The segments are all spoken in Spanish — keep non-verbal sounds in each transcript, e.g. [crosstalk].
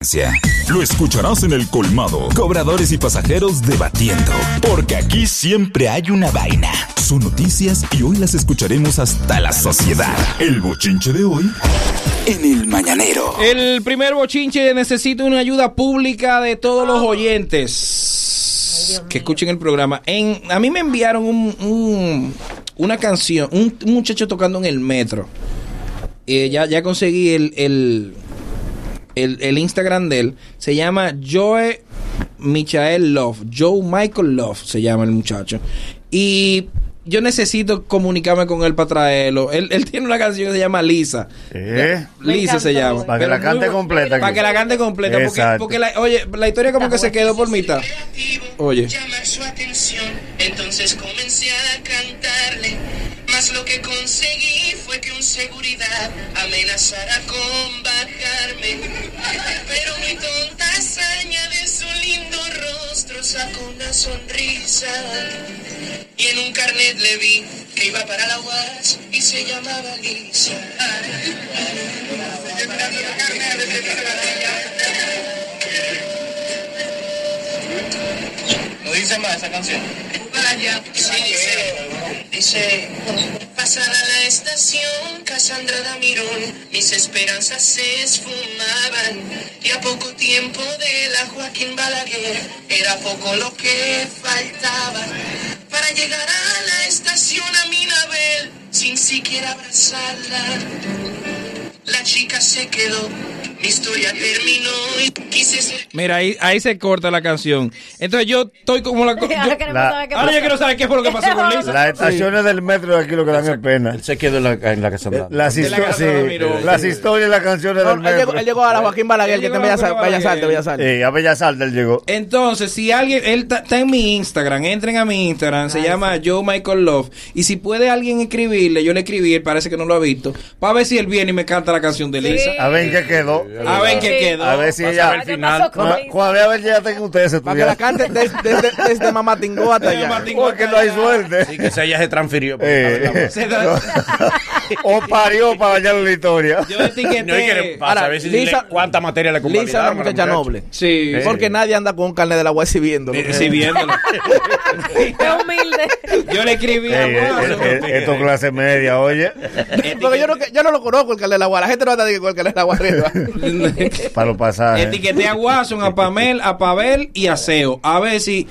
frecuencia. Lo escucharás en el colmado. Cobradores y pasajeros debatiendo. Porque aquí siempre hay una vaina. Son noticias y hoy las escucharemos hasta la sociedad. El bochinche de hoy en el mañanero. El primer bochinche necesita una ayuda pública de todos los oyentes que escuchen el programa. En, a mí me enviaron un- un- una canción, un, un muchacho tocando en el metro. Eh, ya, ya conseguí el, el, el- el Instagram de él. Se llama Joe Michael Love. Joe Michael Love se llama el muchacho. Y yo necesito comunicarme con él para traerlo. Él, él tiene una canción que se llama Lisa. ¿Eh? Me Lisa se encantó. llama. Para que Pero la muy cante bu- completa aquí. Para que la cante completa. Porque, Exacto. porque la- oye, la historia como que se quedó por mitad. creativo Oye. llamar su atención. Entonces comencé a cantarle. Mas lo que conseguí fue que un seguridad amenazara con bajarme. Pero mi tonta hazaña de su lindo rostro sacó una sonrisa. Y en un carnet le vi que iba para la UAS y se llamaba Lisa. No dice más esa canción. Vaya, sí, dice. Dice, pasada la estación, Casandra Damirón, mis esperanzas se esfumaban. Y a poco tiempo de la Joaquín Balaguer, era poco lo que faltaba. Para llegar a la estación a Minabel, sin siquiera abrazarla. La chica se quedó, mi historia terminó y quise ser... Mira, ahí, ahí se corta la canción. Entonces yo estoy como la... co- yo- [laughs] Ahora queremos La- saber qué ahora pasó. yo quiero saber qué fue lo que pasó con Lisa. Las estaciones del metro de aquí lo que dan es pena. Eh, Él se quedó en la, en la casa blanca. Las, histo- la casa sí, de Ramiro. las historias y las canciones No, del él, llegó, metro. él llegó a la Joaquín Balaguer, Él que está en llegó a la Bellas Artes, Joaquín Bellas Artes. Balaguer. Bellas Artes. Sí, a Bellas Artes él llegó. Entonces, si alguien, él ta- está en mi Instagram, entren a mi Instagram, se llama Joe Michael Love. Y si puede alguien escribirle, yo le escribí, él parece que no lo ha visto, para ver si él viene y me canta la canción de Lisa. A ver en qué quedó. A ver qué Sí. quedó. A ver si Vas a ella. ver Ay, ¿Qué final. pasó con Cua- Lisa? Cuando a ver ya tengo ustedes Para que la estudiando. cante des- desde, desde Mamatingó hasta Desde allá. Mamatingó. Porque no hay Sí, suerte. que ella se transfirió. [laughs] Este. pues, Eh, Se da- [laughs] o parió para dañar la historia. yo [laughs] etiqueté- No hay que para Este, Ahora, saber si Lisa- le- cuánta materia le Lisa es una convalidaron a la muchacha muchacha. noble. Sí. Porque nadie anda con un carnet de la UAS y viéndolo. Eh, Recibiéndolo. Qué [laughs] humilde. Yo le escribí a Ey, eh, Guaso. eh, eh, esto clase media, oye. eh, Porque yo no, yo no lo conozco el carnet de la UAS. La gente no anda con el carnet de la [laughs] UAS arriba. eh, Para los pasajes. Etiqueté a Watson, a Pamel, a Pavel y a Seo. A ver si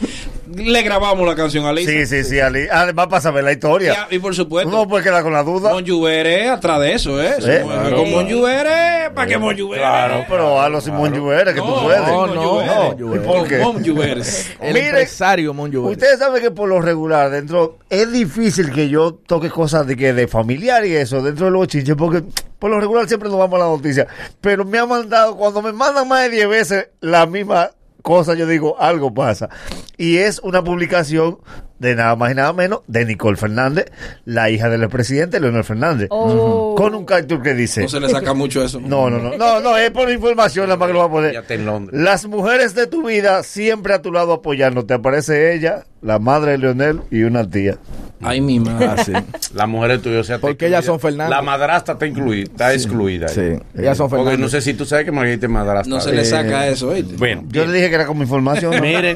le grabamos la canción a Lisa. Sí, sí, sí, Ali. Ah, Además, para saber la Y, historia. a- y por Tú supuesto, no puedes quedar con la duda. Mon Juvere atrás de eso, ¿eh? Sí, Con- claro. Con Mon Juvere, ¿para que Mon Juvere? Claro, pero a los Simón Lluveres, que tú puedes. no, no, no. ¿Y por qué? Mon Juveres. El Mire, empresario, Monjo. Ustedes saben que por lo regular dentro es difícil que yo toque cosas de que de familiar y eso dentro de los chinches porque por lo regular siempre nos vamos a la noticia. Pero me han mandado, cuando me mandan más de 10 veces la misma cosa, yo digo, algo pasa. Y es una publicación de nada más y nada menos de Nicole Fernández, la hija del presidente Leonel Fernández, Oh. con un capture que dice... No se le saca mucho eso. No, no, no, no, no, es por información la más que lo va a poner. Ya está en Londres. Las mujeres de tu vida siempre a tu lado apoyando. Te aparece ella, la madre de Leonel y una tía. Ay, mi Ah, madre. Las mujeres tuyas, o sea, está Porque ellas incluida. son Fernández. La madrastra está incluida, está excluida. Sí, Eh, ellas son Porque Fernández. no sé si tú sabes que Margarita es madrastra. Eh, No se le saca eso, ¿oíste? Bueno, Yo le dije que era como información. ¿no? [laughs] [laughs] miren.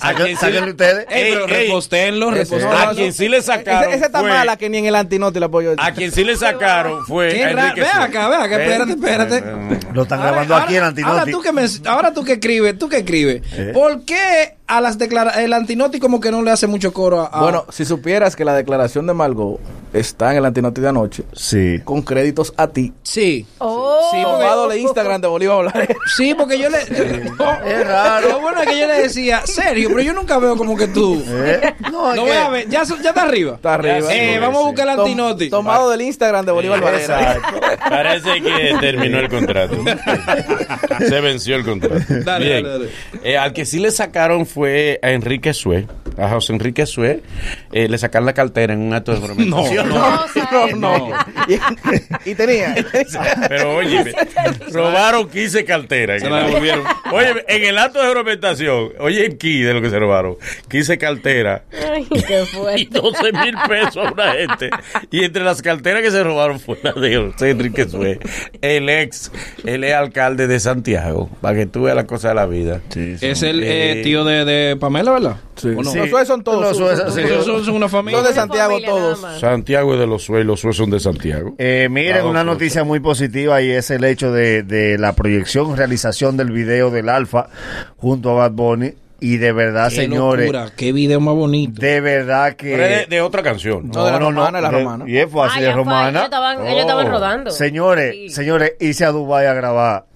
Sáquen- sáquenle ustedes. Ey, pero Ey, ey. repostenlo, repostenlo. A quien sí le sacaron. Ese, ese está fue- mala que ni en el antinote le apoyo. A quien sí le sacaron fue. Qué a ra- Enrique ve Suárez. acá, ve acá, espérate, espérate. Eh, Lo están grabando aquí en ahora Antinoti. tú que me, ahora tú que escribes, tú que escribes. Eh. ¿Por qué a las declaraciones el antinoti como que no le hace mucho coro a, a- Ah, Bueno, si supieras que la declaración de Margot está en el antinote de anoche, Sí. con créditos a ti. sí. Oh. Sí, porque- Robado de Instagram de Bolívar Bolares. Sí, porque yo [laughs] le Es raro. Lo bueno es que yo le decía, "Serio, pero yo nunca veo como que tú." Eh, No, es No que- voy a ver, ya, ya está arriba. Está arriba. Eh, vamos a buscar el Eh, Tom- antinoti. Tomado del Instagram de Bolívar Bolares. Exacto. Parece que terminó el contrato. Se venció el contrato. Dale, Bien. dale, dale. Eh, al que sí le sacaron fue a Enrique Sue. a José Enrique Sue, eh, le sacaron la cartera en un [laughs] acto de prometición. No, no, no. no. Y, y [laughs] tenía. Pero [laughs] oye, robaron 15 carteras. Se la devolvieron. Oye, en el acto de ornamentación, oye, el key de lo que se robaron, 15 carteras [laughs] Ay, qué y fuerte. 12 mil pesos a una gente. Y entre las carteras que se robaron fue la de José Enrique Sue, el ex, el ex alcalde de Santiago, para que tú veas la cosa de la vida. Es el Eh, eh, tío de, de Pamela, ¿verdad? ¿O no? Los sueños son todos. Los sus- sueños, sus- sí. Ellos son, son una familia. Los [laughs] de Una Santiago familia todos. nada más. Santiago es de los suelos, los suelos son de Santiago. Eh, miren, Claro, una claro. noticia muy positiva y es el hecho de, de la proyección, realización del video del Alfa junto a Bad Bunny. Y de verdad, Qué Ah, señores, locura, qué video más bonito. de verdad Pero es de, que... de otra canción. ¿no? No, de la romana, de la romana. eh, Y es Ah, fácil, ya de fue, Ellos romana. Oh. estaban, ellos estaban rodando. Señores, Sí. señores, irse a Dubai a grabar.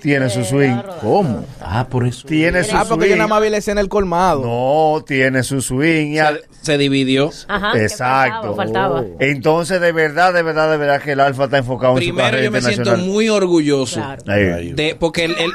Tiene su swing. ¿Cómo? Ah, por eso. Tiene su Ah, porque yo swing. nada más vi la escena del colmado. No, tiene su swing. y al- Se, se dividió. Ajá, Ah, que Exacto. Oh. Faltaba, faltaba. Entonces, de verdad, de verdad, de verdad que el Alfa está enfocado en su Primero carrera yo me siento internacional. muy orgulloso. Claro. Ahí. De, porque [laughs] el, el-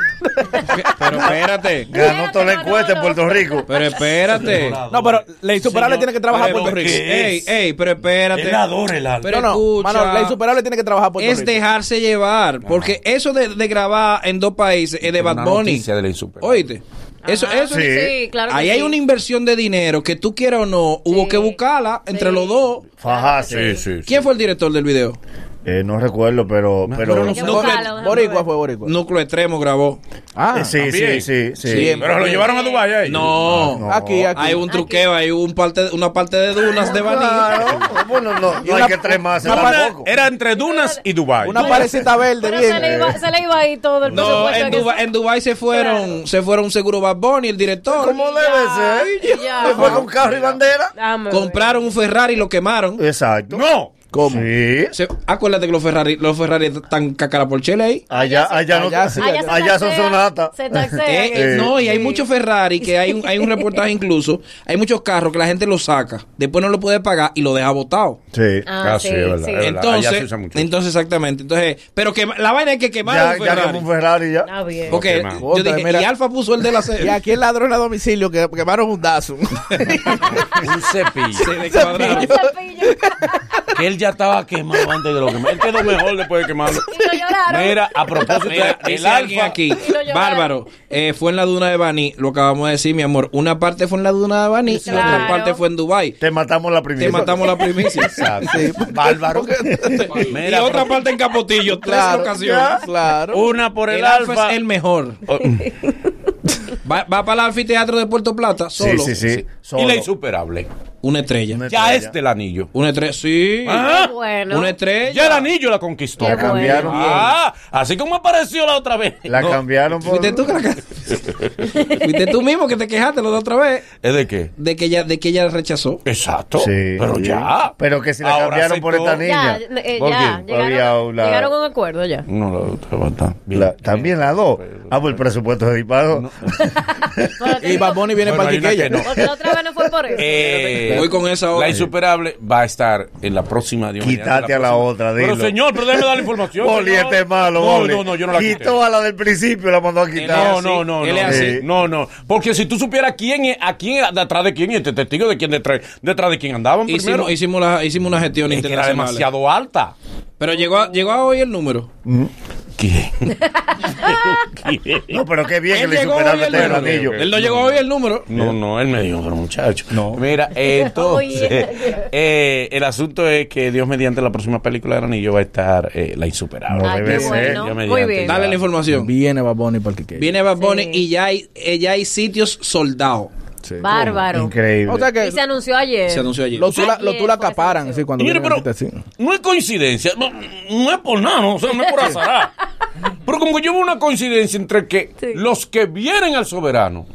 pero espérate. Ganó toda la encuesta en Puerto Rico. Pero espérate. No, pero la insuperable Señor, tiene que trabajar pero Puerto ¿qué Rico. es? Ey, ey, pero espérate. Él adora el alma. Pero no, no, escucha, Manolo, la insuperable tiene que trabajar Puerto es Rico. dejarse llevar. Porque eso de, de grabar en dos países es de Una Bad Bunny. noticia de la insuperable. Oíste. Eso, Ajá. eso Sí, Sí. claro. que Ahí sí. hay una inversión de dinero que tú quieras o no, hubo Sí. que buscarla entre Sí. los dos. Fajase. Sí, sí, sí. ¿Quién fue el director del video? Eh, no recuerdo, pero. pero Hay que buscarlo, Boricua fue Boricua. Núcleo Extremo grabó. Ah, Eh, sí, sí, también. sí, sí. Sí, Pero lo llevaron a Dubái ahí. No. No. aquí, aquí. Hay un truqueo, hay un parte, una parte de dunas de Baní. Claro, bueno, no, Y no hay una- que tres más, una Era- tampoco. Eh, Era entre Dunas y Dubái. Una parecita verde, Pero se le, bien. iba, se le iba ahí todo el No, presupuesto en, que Dubai, se- en Dubái se fueron, se fueron seguro Bad Bunny, el director. ¿Cómo debe ser? Ya. ¿Le fue con carro y bandera? Dame, Compraron un Ferrari y lo quemaron. Eh. Exacto. No. ¿Cómo? Sí. Se- acuérdate que los Ferrari, los Ferrari están cacarapolchele ahí. Allá, allá, no- Allá sí, güey. allá se allá son taxea, sonatas. Se taxea. Eh, eh, Eh, no, y hay muchos Ferrari que hay un, hay un [laughs] reportaje incluso. Hay muchos carros que la gente lo saca, después no lo puede pagar y lo deja botado. Sí. Ah, Ah, sí, sí, es verdad, sí. es verdad. allá se Entonces, usa mucho. entonces exactamente. Entonces, pero que la vaina es que Ya, quemaron un ya Ferrari. como un Ferrari ya. Está bien. Porque Lo quemaron. yo dije, Mira. y Alfa puso el de la [laughs] Y aquí el ladrón a domicilio que quemaron un dazo. Un cepillo. Se le cuadraron. Cepillo. que él ya estaba quemado antes de lo quemado. Él quedó mejor después de quemarlo. Y lo lloraron. Mira, [laughs] a propósito, Mira, el dice alguien Alfa- aquí, Y lo llevaron. bárbaro, eh, fue en la duna de Bani, lo acabamos de decir, mi amor, una parte fue en la duna de Bani y la otra Claro. parte fue en Dubai. Te matamos la Te primicia. matamos la primicia. Bárbaro. y otra parte en Capotillo, tres [laughs] Claro, ocasiones. claro. Una por el, El Alfa. Alfa, es el mejor. Oh, va, va para el anfiteatro de Puerto Plata Sí, solo. sí, sí. Y Solo. la insuperable. Una estrella. Una Ya estrella. es del anillo. Una estrella, sí. Qué Ah, Bueno. Una estrella. Ya el anillo la conquistó. Qué bueno. cambiaron. Ah, así como apareció la otra vez. La cambiaron por. Fuiste tú, que la- Fuiste tú mismo que te quejaste los de otra vez ¿Es de qué? de que ella, de que ella rechazó. Exacto. Sí. Pero ya. Pero que si la Ahora cambiaron por aceptó. esta Ya, niña. eh, ¿Por ya. quién? Llegaron, Había la- llegaron a un acuerdo ya. No, la otra va a estar bien. La- también la dos. Ah, pues el presupuesto de disparo. Bueno, te Y digo, Bad Bunny viene Bueno, para hay el una Quiqueya. que no. Porque la otra vez no fue por eso. Eh, Voy con esa otra. La insuperable va a estar en la próxima. Dios mediante, Quítate a la próxima. otra, Pero dilo. señor, pero déjeme [laughs] dar la información. Boli, señor. este es malo, No, Boli. no, no, yo no la quité. Quitó a la del principio, la mandó a quitar. No, no, no, Él no, es así. no, no, porque si tú supieras quién es, a quién, detrás de quién, y este testigo de quién detrás, detrás de quién andaban primero, Hicimos, hicimos, la, hicimos una gestión es que era internacional. demasiado alta. Pero llegó a, llegó a hoy el número. [laughs] ¿Qué? No, pero qué bien que Él le llegó hoy superaron el el número. anillo. Él no llegó hoy el número. No, no, él me dijo, pero muchacho. [laughs] Mira, eh, entonces, Oye. eh, el asunto es que Dios mediante la próxima película de Anillo va a estar eh, la insuperable. No Ah, debe qué ser. bueno. Dios mediante, Muy bien. ya. Dale la información. Viene Baboni para el Quiqueya. Viene Bad Bunny Sí. y ya hay, eh, ya hay sitios soldados. Bárbaro. Increíble. O sea Y que se anunció ayer. Se anunció ayer. los tú la, Ayer los tú la fue esa acaparan, canción. sí, cuando Y mire, vienen pero artistas así. no es coincidencia, no, no es por nada, no, o sea, no es por azarar. Pero como que yo veo una coincidencia entre que Sí. los que vienen al soberano,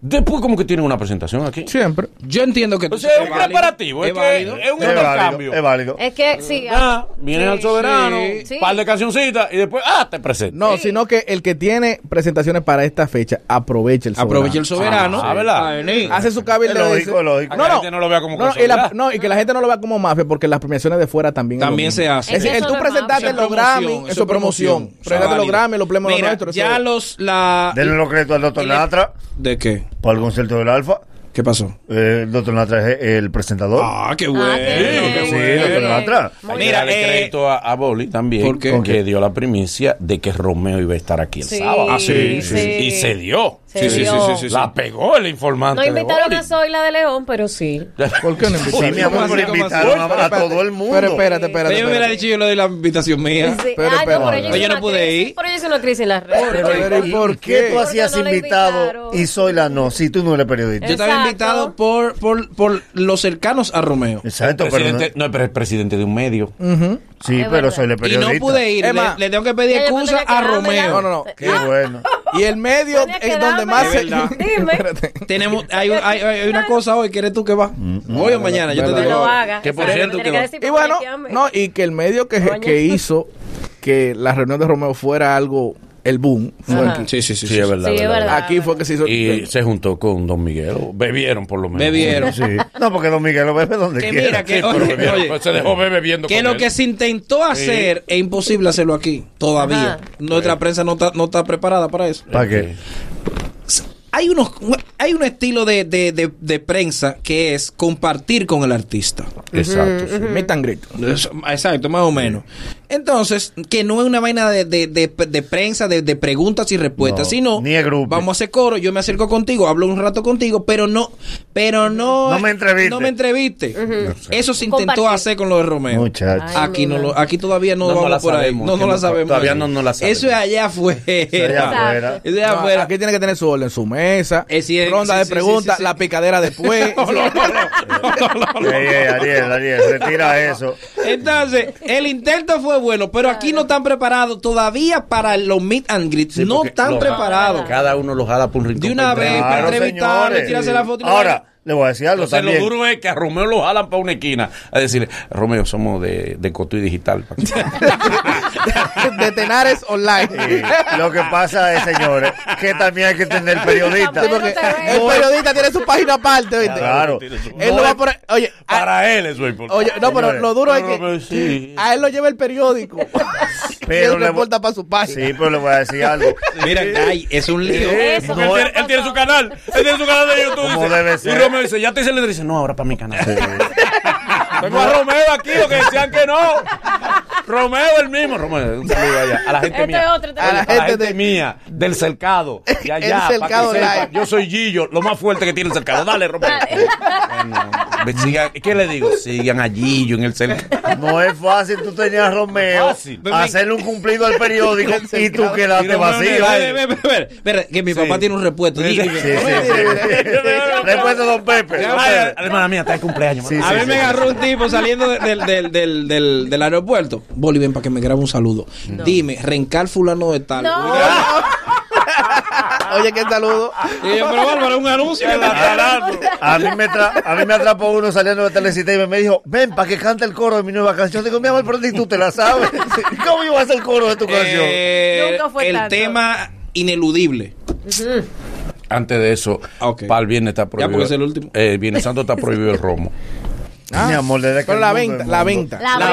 después como que tienen una presentación aquí. Siempre. Yo entiendo que... O sea, es un válido, preparativo, es, es que válido. es un es válido. intercambio. Es válido. Es que sí. Ah, vienen Sí, al soberano, sí. par de cancioncitas y después, ah, te presento. No, sino que el que tiene presentaciones para esta fecha aprovecha el soberano. Aprovecha el soberano. Ah, sí. ¿verdad? a venir. Hace su cabildo. Es y lógico, dice- lógico. No, Que la no. gente no lo vea como no, cosa, y, la- ¿verdad? no, y que la gente no lo vea como mafia porque las premiaciones de fuera también. es lo También mismo. se hace. Es que Eso el tú no es presentarte mafia. en los Grammy, eso es promoción. Presentarte en los Grammy, los plemos Mira, nuestros. ya eso- los... La... Denle los créditos al doctor y le- Natra ¿De qué? por el concierto del Alfa. ¿Qué pasó? Eh, doctor Natra es el presentador. Ah, qué bueno. Ah, qué sí, bien. doctor Natra. Muy bien. Hay que Mira, darle eh, crédito a, a Boli también, ¿Por qué? que dio la primicia de que Romeo iba a estar aquí el Sí, sábado. Ah, sí, sí. Y se dio. Se Sí, sí, dio. sí, sí, sí, sí. La pegó el informante. No de invitaron Boli. [laughs] a Zoila de León, pero sí. ¿Por qué no invitó? Sí, mi amor, ¿Cómo así, pero cómo invitaron así? a, a todo el mundo. Pero espérate, Ella espérate. me hubiera dicho, yo le doy la invitación mía. Sí. Pero, ah, pero, no, pero ella hizo pero yo no una pude crisis- ir. Pero ella hizo una crisis en las redes. Pero, pero, ¿y por ¿Qué qué? tú hacías Porque no la invitado invitaron. y Zoila no? Si tú no eres periodista. Yo estaba Exacto. invitado por, por, por los cercanos a Romeo. Exacto, pero no, Presidente- no, pero es presidente de un medio. sí, Es pero verdad. soy el Y periodista. no pude ir. Le, Emma. le tengo que pedir Ella después excusa tenía que a darme la- Romeo. No, no, no. Qué bueno. Y el medio Tenía que es donde darme- más Es se... verdad. Dime. [laughs] Espérate. [laughs] Tenemos, hay, hay- hay- hay una cosa hoy que eres tú que vas. hoy o mañana, yo te verdad. Que lo digo. haga. Que por Exacto, cierto me que tiene no. decir Y bueno, publicamente. no, y que el medio que, Coño. que hizo que la reunión de Romeo fuera algo, el boom, fue Ajá. aquí. Sí, sí, sí. Sí, es verdad. Sí, es verdad, verdad. Aquí fue que se hizo. Y se juntó con Don Miguel. o Bebieron, por lo menos. [laughs] Bebieron. Sí. No, porque Don Miguel lo bebe donde Que quiera. mira, que, Sí, pero oye, bebieron, oye, pues se dejó ver bebiendo que con lo él. que se intentó hacer es imposible hacerlo aquí, todavía. Ajá. Nuestra prensa no está, no está preparada para eso. ¿Para qué? Hay, unos, hay un estilo de, de- de- de prensa que es compartir con el artista. Exacto. sí. Meet and greet. Es- Exacto, más o menos. Entonces, que no es una vaina de, de- de- de prensa, de, de preguntas y respuestas, No, sino ni es grupo. vamos a hacer coro, yo me acerco contigo, hablo un rato contigo, pero no, pero no, No me entreviste. no me entreviste. Eso se intentó Compartir. hacer con lo de Romeo. Muchachos. Ay, Aquí mira. no lo, aquí todavía no, No, no vamos la por sabemos, ahí. No, que no la no- sabemos. todavía no- no la sabemos. Eso es allá afuera. Allá Exacto. afuera. Eso es allá No, afuera. aquí tiene que tener su orden, su mesa, Eh, sí, eh, ronda sí, de sí, preguntas, sí, sí, sí. la picadera después. Ey, ey, Ariel, Ariel, retira eso. Entonces, el intento fue bueno, pero aquí no están preparados todavía para los meet and greet. Sí, no porque están lo- preparados. Ah, Cada uno lo jala por un rincón. De una para vez, entrar. para Claro, entrevistarlo, señores. tirarse la foto y la vaina. Ahora, le voy a decir algo Entonces, también. lo duro es que a Romeo lo jalan para una esquina a decirle, Romeo, somos de, de Coto y Digital. pa' que-". [laughs] de Tenares Sí. Online. [laughs] Lo que pasa es, señores, que también hay que tener Sí, periodistas. Pero porque te ve. el periodista tiene su página aparte, ¿oíste? [laughs] Claro. Él no va a poner. Oye, a- Para él eso es importante. oye, no, pero Señores. lo duro es Pero, que sí. a él lo lleva el periódico. Pero Pero le- le reporta para su Sí, página. pero le voy a decir algo. Mira, ay, es un lío. Eso, Porque él, tiene, él tiene su canal. Él tiene su canal de YouTube. Como dice. debe ser. Y Romeo dice, ya te hice el dice, no, ahora para mi canal. [laughs] Tengo a Romeo aquí, los que decían que no. Romeo el mismo. Romeo, un saludo allá. A la gente Este mía. otro a la también. gente, A la gente de- mía, del cercado. De allá, El pa' que cercado sepa. live. Yo soy Gillo, lo más fuerte que tiene el cercado. Dale, Romeo. Bueno, me sigan- ¿Qué le digo? Sigan a Gillo en el cercado. No es fácil, tú tenías a Romeo Fácil. hacerle un cumplido al periódico y tú quedaste Romeo en el vacío. aire. Espera, espera, espera, espera, que mi papá tiene un repuesto. Sí, dime. Sí, sí, sí. [laughs] Después de Don Pepe. Don Ay, Pepe. hermana mía, está de cumpleaños. Sí, A mí me agarró un tipo saliendo de- del, del, del, del, del aeropuerto. Boli, ven para que me grabe un saludo. Dime, Rencar fulano de tal. No. Oye, qué saludo. Y yo, pero Bárbara, un anuncio. que está Agarrando. A mí, me tra- a mí me atrapó uno saliendo de Telecita y me dijo, ven para que cante el coro de mi nueva canción. Digo, mi amor, pero ni tú te la sabes. [laughs] ¿Cómo iba a ser el coro de tu canción? Eh, Nunca fue el tanto. tema ineludible. Antes de eso, Ah, ok. para el viernes está prohibido. porque es el último. Eh, el viernes santo está prohibido el romo. Mi amor, desde que ah, Pero el la mundo es venta, mundo. la venta. La, La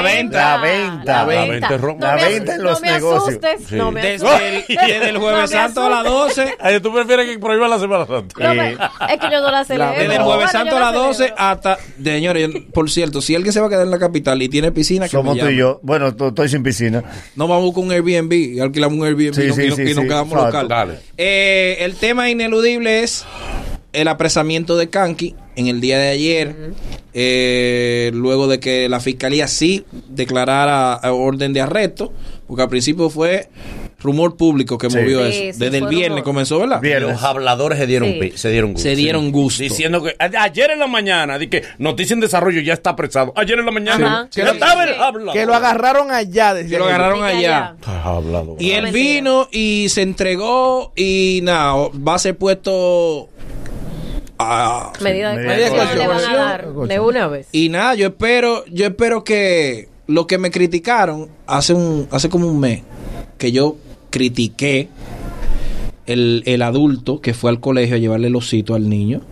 venta. venta. La venta. La venta es ropa. No La me as- venta en los no me negocios. asustes, Sí. No me Desde el, asustes. desde el Jueves [laughs] No me Santo a las asustes. 12. [laughs] Ay, ¿Tú prefieres que prohíba la Semana Santa? No me- es que yo no la celebro. Eh, Desde el Jueves Bueno, Santo yo a la las 12 celebro. hasta. Señores, yo- por cierto, si alguien se va a quedar en la capital y tiene piscina, que Somos me tú llame. y yo. Bueno, tú- estoy sin piscina. No vamos a buscar un Airbnb y alquilamos un Airbnb Sí, y, nos- sí, y nos- sí, y nos sí, quedamos exacto. local. Dale. Eh, el tema ineludible es el apresamiento de Kanki en el día de ayer, eh, luego de que la fiscalía sí declarara eh, orden de arresto, porque al principio fue rumor público que Sí. movió Sí, eso. sí, Desde el fue viernes rumor. comenzó, ¿verdad? Viernes. Los habladores se dieron, Sí. pi- se dieron gusto. Se dieron gusto. Diciendo que a- ayer en la mañana, di que Noticia en Desarrollo ya está apresado. Ayer en la mañana, Ajá. ya Sí. estaba el Sí. hablador. Que lo agarraron allá. decía Que lo él. agarraron Sí, allá. Ah, hablador. Y él Mentira. vino y se entregó y nada, va a ser puesto a... Medida de Medida de coerción le van a dar coerción. de una vez. Ah, Y nada, yo espero, yo espero que lo que me criticaron hace un, hace como un mes, que yo critiqué el, el adulto que fue al colegio a llevarle el osito al niño.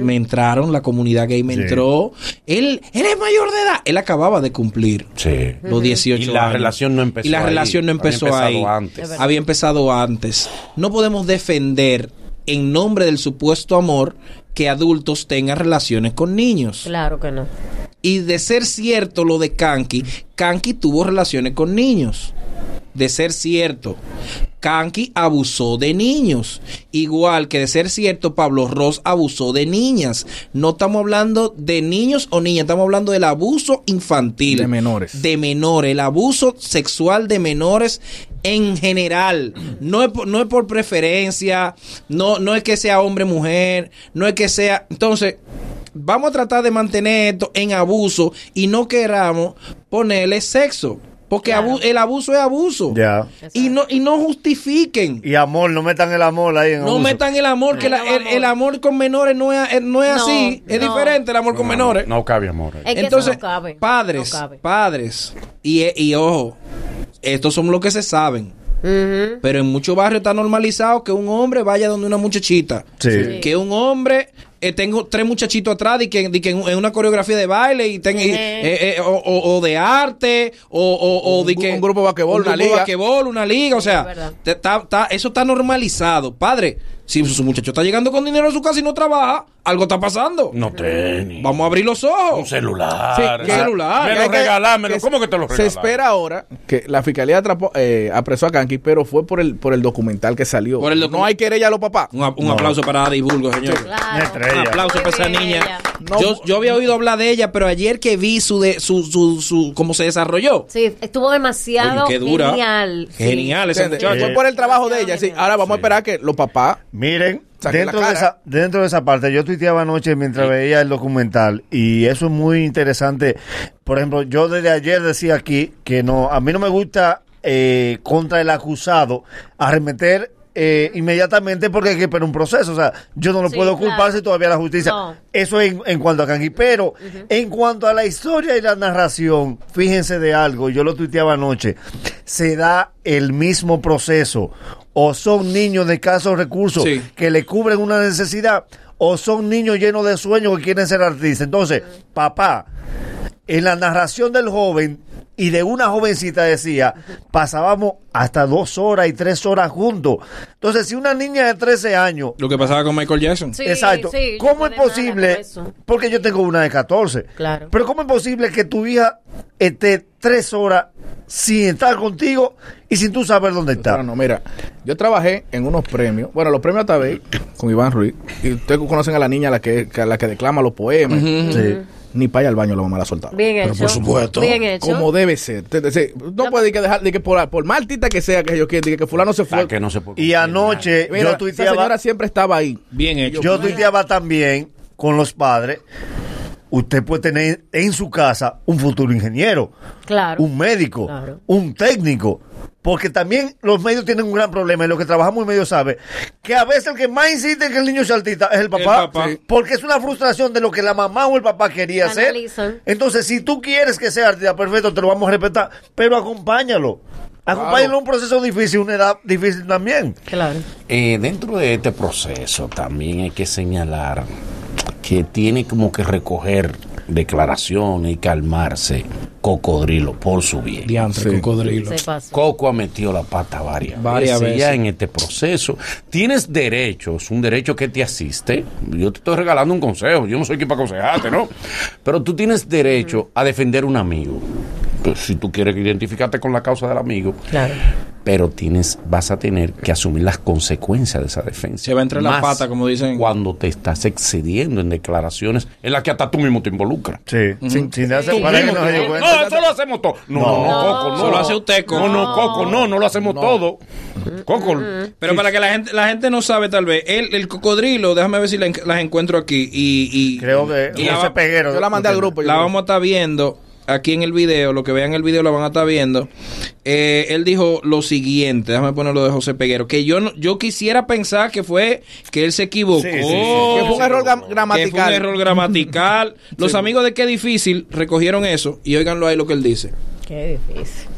Me entraron, la comunidad gay me Sí. entró. Él, él es mayor de edad. Él acababa de cumplir Sí. los 18 Y la años. relación no empezó Y la ahí. relación no Había empezó empezado ahí. antes. Es verdad. Había empezado antes. No podemos defender en nombre del supuesto amor que adultos tengan relaciones con niños. Claro que no. Y de ser cierto lo de Kanki, Kanki tuvo relaciones con niños. De ser cierto, Kanki abusó de niños. Igual que de ser cierto, Pablo Ross abusó de niñas. No estamos hablando de niños o niñas, estamos hablando del abuso infantil. De menores. De menores, el abuso sexual de menores en general. No es por, no es por preferencia, no, no es que sea hombre, mujer, no es que sea... Entonces, vamos a tratar de mantener esto en abuso y no queramos ponerle sexo. Porque abu- el abuso es abuso. Ya. Y no, y no justifiquen. Y amor, no metan el amor ahí en No abuso. metan el amor, que la- el, el amor con menores no es, eh, no es No, así. Es no. diferente el amor con menores. No cabe amor. ahí. Es que Entonces, eso no cabe. padres, No cabe. padres, y, y ojo, estos son los que se saben. Ujú. Pero en muchos barrios está normalizado que un hombre vaya donde una muchachita. Sí. Sí. Que un hombre eh, tengo tres muchachitos atrás y que, y que en, en una coreografía de baile y tenga y- Eh. eh, eh, o, o- o de arte o, o- o Un de gru- que un grupo de basquetbol, un una grupo de liga. basquetbol, una liga, o es sea, verdad. te- está- está- eso está normalizado, padre. Si su muchacho está llegando con dinero a su casa y no trabaja, algo está pasando. No tenis. Vamos a abrir los Un ojos. celular. Ah, Sí, que- celular. Me Hay lo que- regalámelo. ¿Cómo que te lo Se regalas? espera ahora que la fiscalía atrapó, eh, apresó a Kanki, pero fue por el, por el documental que salió. Por el docu- no hay querella a los papás. Un, a- un aplauso para Adi Bulgo, señor. Una Claro. Un estrella. aplauso Muy para esa bien, niña. ella. No, yo, yo había oído hablar de ella, pero ayer que vi su de su, su, su cómo se desarrolló. Sí, estuvo demasiado Coño, qué dura. genial. sí. Genial ese ¿Entiendes? muchacho. eh, Fue por el trabajo de ella. Sí, ahora vamos a esperar que los papás Miren, Saque la dentro de, cara. esa, dentro de esa parte, yo tuiteaba anoche mientras veía el documental y eso es muy interesante. Por ejemplo, yo desde ayer decía aquí que no, a mí no me gusta eh, contra el acusado arremeter. eh, inmediatamente porque hay que esperar un proceso, o sea, yo no lo Sí, puedo claro. culpar si todavía la justicia. No. Eso en, en cuanto a Kangi, pero en cuanto a la historia y la narración, fíjense de algo, yo lo tuiteaba anoche, se da el mismo proceso, o son niños de escasos recursos Sí. que le cubren una necesidad, o son niños llenos de sueños que quieren ser artistas. Entonces, papá, en la narración del joven y de una jovencita decía, pasábamos hasta dos horas y tres horas juntos. Entonces, si una niña de 13 años Lo que pasaba con Michael Jackson. Sí, Exacto. sí, yo ¿Cómo es estoy de mala posible? con eso. Porque yo tengo una de 14. Claro. Pero ¿cómo es posible que tu hija esté tres horas sin estar contigo y sin tú saber dónde está? Pero no, mira, yo trabajé en unos premios, bueno, los premios Tabey con Iván Ruiz, y ustedes conocen a la niña a la que, a la que declama los poemas. Sí. Ni para allá al baño la mamá la soltaba. Bien hecho. por supuesto. Bien hecho. Como debe ser. Te- te- se- No puede que dejar, de que por, por más artista que sea, que yo quiera, de que fulano se fue. Eh, Ah, que no se puede Y anoche Mira, yo esa tuiteaba, señora siempre estaba ahí. Bien hecho. yo tuiteaba también con los padres. Usted puede tener en su casa un futuro ingeniero, Claro. un médico, Claro. un técnico. Porque también los medios tienen un gran problema, y los que trabajamos en medios sabe que a veces el que más insiste en que el niño sea artista es el papá. El papá. Sí. Porque es una frustración de lo que la mamá o el papá quería hacer. Analizan. Entonces, si tú quieres que sea artista, perfecto, te lo vamos a respetar, pero acompáñalo. Acompáñalo a un proceso difícil, una edad difícil también. Claro. Eh, dentro de este proceso también hay que señalar que tiene como que recoger declaraciones y calmarse Cocodrilo por su bien. Diantre, cocodrilo. Se pasó. Coco ha metido la pata varias, Varias veces ya veces. en este proceso. Tienes derechos, un derecho que te asiste. Yo te estoy regalando un consejo, yo no soy quien para aconsejarte, ¿no? Pero tú tienes derecho a defender un amigo. Pues, si tú quieres identificarte con la causa del amigo, Claro. pero tienes, vas a tener que asumir las consecuencias de esa defensa. Se va entre las Más patas, como dicen. Cuando te estás excediendo en declaraciones en las que hasta tú mismo te involucras. Sí, sin, sin darse para que Mismo no se te- dio no, cuenta. eso lo hacemos todos. No, no, no, No. Coco, no. Eso lo hace usted, Coco. No, no, Coco, no, no lo hacemos todo. Coco. Pero para que la gente, la gente no sabe, tal vez, el, el cocodrilo, déjame ver si la en- las encuentro aquí. Y, y- Creo que y la, José va- Peguero. Yo la mandé al grupo. la vamos a estar viendo aquí en el video. Lo que vean el video la van a estar viendo. Eh, él dijo lo siguiente, déjame ponerlo de José Peguero, que yo no, yo quisiera pensar que fue que él se equivocó. Sí, sí, sí. que fue un error gam- Que fue un gramatical. error [laughs] gramatical. Los amigos de Qué Difícil recogieron eso y óiganlo ahí lo que él dice. Qué difícil.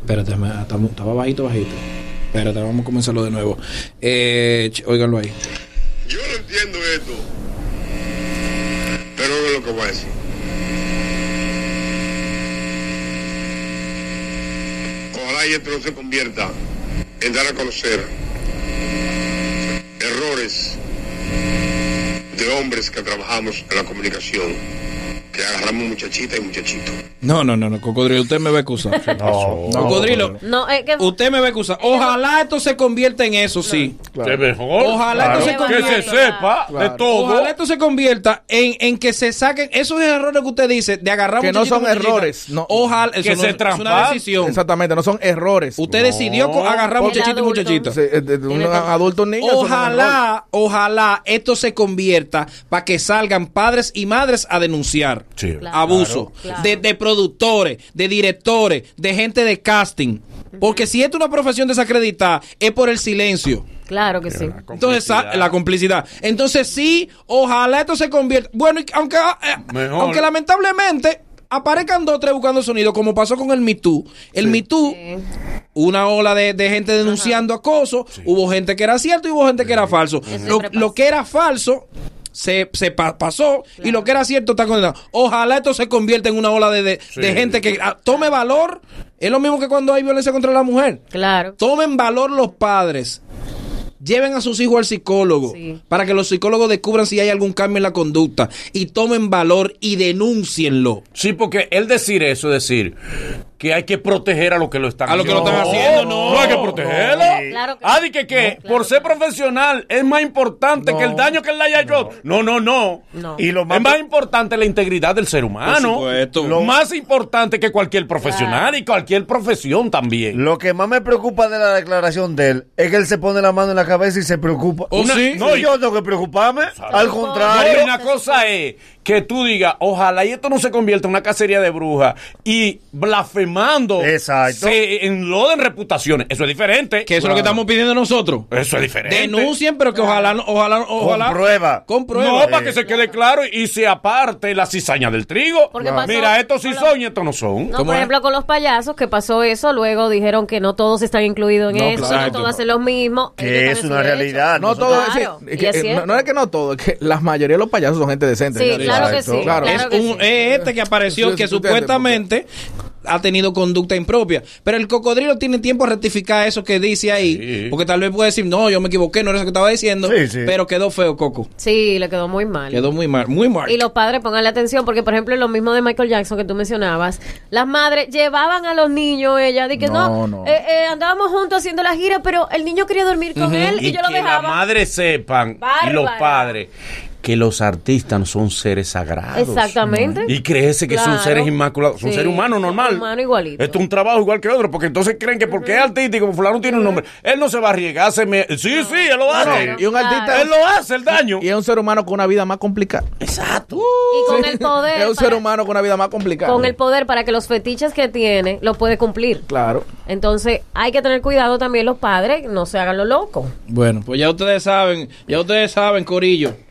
Espérate, me- estamos- estaba bajito, bajito. Espérate, vamos a comenzarlo de nuevo. Eh, ch- óiganlo ahí. Yo no entiendo esto, pero no es lo que voy a decir. Ojalá y esto no se convierta en dar a conocer el miles de hombres que trabajamos en la comunicación, que agarramos muchachitas y muchachitos. No, no, no, no, cocodrilo, usted me va a excusar. [laughs] No, no. cocodrilo, No, es que. usted me va a excusar. Ojalá esto se convierta en eso, sí. Claro. Que mejor. Ojalá Claro. que se que se convierta. sepa Claro. de todo. Ojalá esto se convierta en, en que se saquen esos errores que usted dice de agarrar Que no muchachito, son muchachita. errores, no. Ojalá, eso Que no se es- es trampa. una decisión. Exactamente, no son errores. Usted decidió co- agarrar Porque- muchachito y El adulto. muchachita. Sí, eh, de- de un adulto niño. eso no es error. Ojalá, ojalá esto se convierta para que salgan padres y madres a denunciar Sí. Claro, abuso claro. De, de productores, de directores, de gente de casting. Porque si esto es una profesión desacreditada, es por el silencio. Claro que sí. Entonces, sa- la complicidad. Entonces, sí, ojalá esto se convierta. Bueno, y aunque, eh, Mejor. aunque lamentablemente aparezcan dos o tres buscando sonido, como pasó con el Me Too. El Me Too, una ola de, de gente denunciando acoso. Hubo gente que era cierto y hubo gente que era falso. Lo, siempre lo pasa. que era falso. Se, se pa- pasó y lo que era cierto está condenado. Ojalá esto se convierta en una ola de, de- de gente que ah, tome valor. Es lo mismo que cuando hay violencia contra la mujer. Claro. Tomen valor los padres. Lleven a sus hijos al psicólogo Sí. para que los psicólogos descubran si hay algún cambio en la conducta y tomen valor y denúncienlo. Sí, porque él decir eso, es decir que hay que proteger a los que lo están A los que lo están haciendo, no. hay que Oh, protegerlo. Claro que ah, di que, que por ser profesional es más importante que el daño que él le haya hecho. No, no, no. No. Y lo más, Es es más importante la integridad del ser humano. Lo más importante que cualquier profesional y cualquier profesión también. Lo que más me preocupa de la declaración de él es que él se pone la mano en la cabeza y se preocupa. ¿O Una- ¿Oh, sí? no, y- yo tengo que preocuparme. Al Pero contrario. una cosa es que tú digas, ojalá y esto no se convierta en una cacería de brujas y blasfemando Exacto. se enloden reputaciones. Eso es diferente. Que eso es lo que estamos pidiendo nosotros. Eso es diferente. Denuncien, pero que ojalá, no- ojalá, ojalá. Con prueba. Con prueba. No, para que se quede claro y se aparte la cizaña del trigo. Porque pasó- Mira, estos sí Hola. son y estos no son. No, ¿Cómo por es? ejemplo, con los payasos que pasó eso, luego dijeron que no todos están incluidos en No, eso, claro. no todos hacen lo mismo. Que ellos están es en su una derecho. realidad, No Nosotros- todo es- Claro, es y eh, que- es no, cierto. no es que no todo, es que la mayoría de los payasos son gente decente. Sí, señores. claro que Exacto, sí. claro. es Claro que un- sí. es este que apareció Sí, que sí, tú entiendes, supuestamente ha tenido conducta impropia. Pero el cocodrilo tiene tiempo a rectificar eso que dice ahí. Porque tal vez puede decir, no, yo me equivoqué, no era eso que estaba diciendo. Sí, sí. Pero quedó feo, Coco. Sí, le quedó muy mal. Quedó muy mal, muy mal. Y los padres, pónganle atención, porque por ejemplo, lo mismo de Michael Jackson que tú mencionabas, las madres llevaban a los niños, ella, de que No, no, no. eh, eh, andábamos juntos haciendo la gira, pero el niño quería dormir con él y, yo lo que la dejaba. madre sepan y los Bárbara. padres que los artistas no son seres sagrados. Exactamente. Y creerse que son Claro. seres inmaculados. Son Sí, seres humanos son normal. humanos igualitos. Esto es un trabajo igual que otro. Porque entonces creen que porque es artista y como fulano tiene un nombre, él no se va a arriesgar. se me- Sí, sí, él lo hace. Y un Claro. artista Él lo hace, el daño. y es un ser humano con una vida más complicada. Exacto. Y con el poder. es un ser para- humano con una vida más complicada. Con el poder para que los fetiches que tiene lo puede cumplir. Claro. Entonces hay que tener cuidado también los padres, no se hagan lo loco. Bueno, pues ya ustedes saben, ya ustedes saben, Corillo.